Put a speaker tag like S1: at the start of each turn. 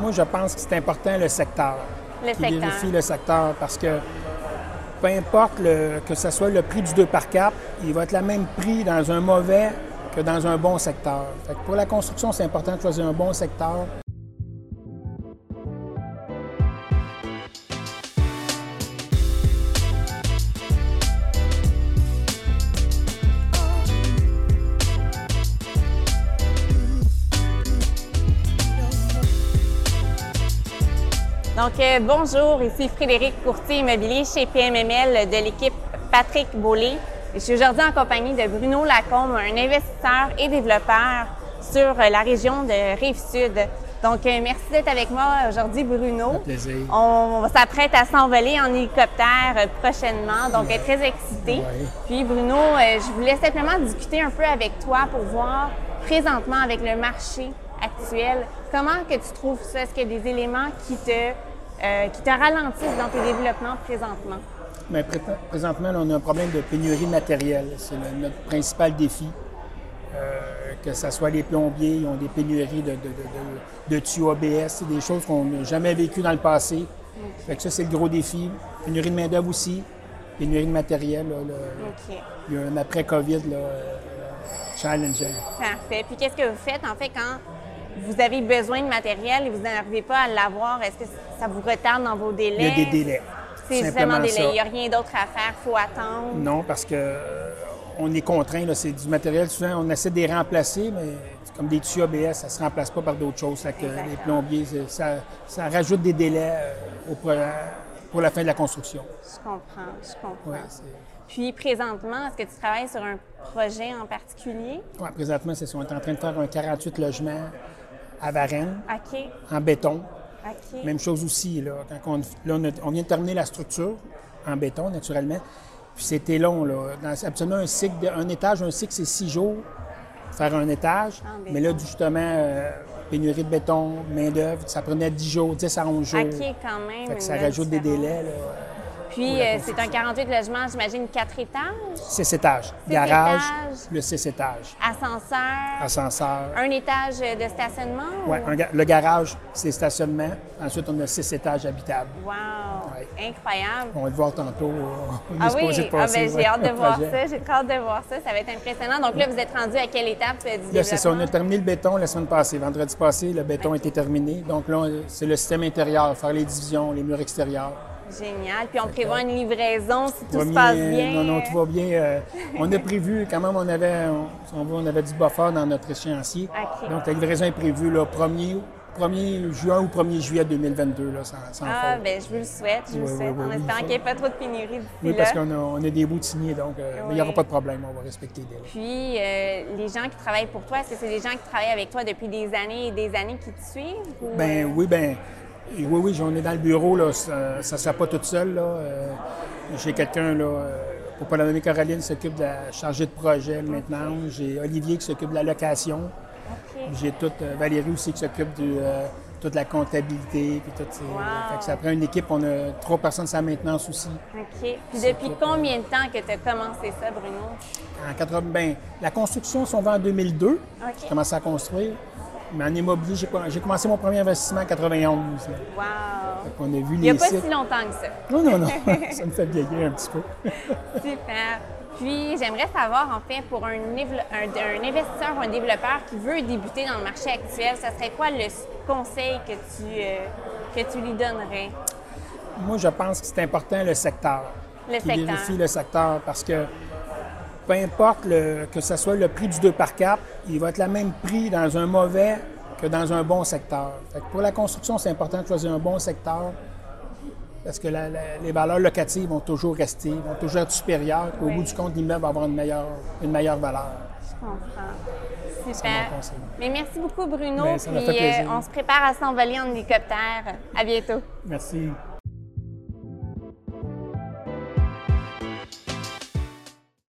S1: moi, je pense que c'est important le secteur.
S2: Le
S1: Qui
S2: secteur.
S1: vérifie le secteur parce que peu importe le- que ce soit le prix du 2 par 4, il va être le même prix dans un mauvais que dans un bon secteur. Fait que pour la construction, c'est important de choisir un bon secteur.
S2: Donc, euh, bonjour, ici Frédéric Courtier Immobilier chez PMML de l'équipe Patrick Beaulé. Et Je suis aujourd'hui en compagnie de Bruno Lacombe, un investisseur et développeur sur euh, la région de Rive-Sud. Donc, euh, merci d'être avec moi aujourd'hui, Bruno.
S1: plaisir.
S2: On s'apprête à s'envoler en hélicoptère euh, prochainement, donc euh, très excité.
S1: Ouais.
S2: Puis Bruno, euh, je voulais simplement discuter un peu avec toi pour voir présentement avec le marché actuel, comment que tu trouves ça? Est-ce qu'il y a des éléments qui te, euh, qui te ralentissent dans tes développements présentement?
S1: Mais pré- présentement, là, on a un problème de pénurie de matériel. C'est le- notre principal défi. Euh, que ce soit les plombiers, ils ont des pénuries de, de- de- de- de tuyaux ABS, c'est des choses qu'on n'a jamais vécues dans le passé. Fait que ça, c'est le gros défi. Pénurie de main-d'œuvre aussi, pénurie de matériel. là, le-
S2: OK,
S1: Il y a un après-COVID là, euh, challengeant.
S2: parfait. Puis qu'est-ce que vous faites en fait quand vous avez besoin de matériel et vous n'arrivez pas à l'avoir? Est-ce que ça vous retarde dans vos délais?
S1: Il y a des délais.
S2: C'est
S1: Simplement
S2: justement des
S1: ça.
S2: délais. Il n'y a rien d'autre à faire, il faut attendre.
S1: Non, parce que euh, on est contraint, là, c'est du matériel. Souvent, on essaie de les remplacer, mais c'est comme des tuyaux ABS, ça ne se remplace pas par d'autres choses. Fait que
S2: Exactement.
S1: les plombiers, c'est- ça, ça rajoute des délais euh, au pro- pour la fin de la construction.
S2: Je comprends, je comprends.
S1: Ouais, c'est-
S2: Puis présentement, est-ce que tu travailles sur un projet en particulier?
S1: ouais, présentement, c'est ça. On est en train de faire un 48 logements à Varennes,
S2: OK,
S1: en béton.
S2: OK.
S1: Même chose aussi, là, quand on, là, on, a- on vient de terminer la structure en béton, naturellement. Puis c'était long, là. Dans, absolument, un cycle, de- un étage, un cycle, c'est six jours, faire un étage.
S2: En béton.
S1: Mais là, justement, euh, pénurie de béton, main-d'œuvre, ça prenait 10 jours, 10 à 11 jours.
S2: OK, quand même.
S1: Fait que ça
S2: une
S1: rajoute des
S2: différence.
S1: délais, là.
S2: Puis euh, c'est un 48 logements, j'imagine, quatre étages,
S1: Six étages.
S2: Six
S1: Garage,
S2: étages.
S1: le six étages.
S2: ascenseur,
S1: Ascenseur.
S2: un étage de stationnement?
S1: Ouais,
S2: ou-
S1: un ga- le garage, c'est stationnement. Ensuite, on a six étages habitables.
S2: Wow,
S1: Ouais.
S2: incroyable.
S1: On va le voir tantôt. euh, on est
S2: Ah oui,
S1: supposé de
S2: ah,
S1: passer,
S2: ben, j'ai
S1: ouais,
S2: hâte de
S1: au
S2: voir
S1: projet.
S2: ça, j'ai très hâte de voir ça, ça va être impressionnant. Donc là, vous êtes rendu à quelle étape euh, du
S1: Là, c'est ça. On a
S2: développement?
S1: terminé le béton la semaine passée. Vendredi passé, le béton était terminé. Donc là, on- c'est le système intérieur, faire les divisions, les murs extérieurs.
S2: Génial. Puis on prévoit une livraison si tout se
S1: Premier-
S2: passe bien.
S1: euh, Non, non, tout va bien. Euh, on a prévu, quand même, on avait, on, on va- on avait du buffer dans notre échéancier.
S2: OK.
S1: Donc la livraison est prévue le 1er, 1er juin ou 1er juillet 2022, là, sans, sans
S2: Ah,
S1: faute.
S2: ben je vous le souhaite, je vous le
S1: Oui, oui,
S2: souhaite,
S1: oui,
S2: en
S1: oui, ça.
S2: espérant qu'il n'y ait pas trop de pénurie d'ici
S1: Oui,
S2: là.
S1: parce qu'on a, on a des bouts de signés, donc euh, il n'y aura
S2: Oui.
S1: pas de problème. On va respecter les délais.
S2: Puis, euh, les gens qui travaillent pour toi, est-ce que c'est des gens qui travaillent avec toi depuis des années et des années qui te suivent? ou,
S1: Ben
S2: euh,
S1: oui, ben oui, oui, j'en ai dans le bureau, là, ça ne se fait pas toute seule. Là, euh, j'ai quelqu'un, là, euh, pour pas la nommer Caroline, s'occupe de la chargée de projet maintenant. J'ai Olivier qui s'occupe de la location.
S2: OK.
S1: J'ai toute euh, Valérie aussi qui s'occupe de toute la comptabilité. Puis tout, c'est- fait que ça prend une équipe, on a trois personnes sur la maintenance aussi.
S2: OK. Puis, depuis combien de temps que tu as commencé ça, Bruno?
S1: En 80, ben, la construction, si on va en 2002,
S2: OK.
S1: j'ai commencé à construire. Mais en immobilier, j'ai, j'ai commencé mon premier investissement en 91. là.
S2: Wow!
S1: On a vu
S2: Il n'y a
S1: les
S2: pas
S1: sites.
S2: si longtemps que ça.
S1: Non, non, non. ça me fait vieillir un petit peu.
S2: Super. Puis, j'aimerais savoir, en fait, pour un, évelo- un, un investisseur ou un développeur qui veut débuter dans le marché actuel, ça serait quoi le conseil que tu, euh, que tu lui donnerais?
S1: Moi, je pense que c'est important le secteur.
S2: Le
S1: Qui
S2: secteur.
S1: vérifie le secteur parce que peu importe le- que ce soit le prix du 2 par 4, il va être le même prix dans un mauvais que dans un bon secteur. Fait que pour la construction, c'est important de choisir un bon secteur parce que la- la- les valeurs locatives vont toujours rester, vont toujours être supérieures. Au
S2: Oui.
S1: bout du compte, l'immeuble va avoir une meilleure, une meilleure valeur.
S2: Je comprends.
S1: C'est
S2: Super.
S1: mon conseil.
S2: Mais merci beaucoup, Bruno.
S1: Ben, ça m'a
S2: Puis, euh,
S1: fait plaisir.
S2: on se prépare à s'envoler en hélicoptère. À bientôt.
S1: Merci.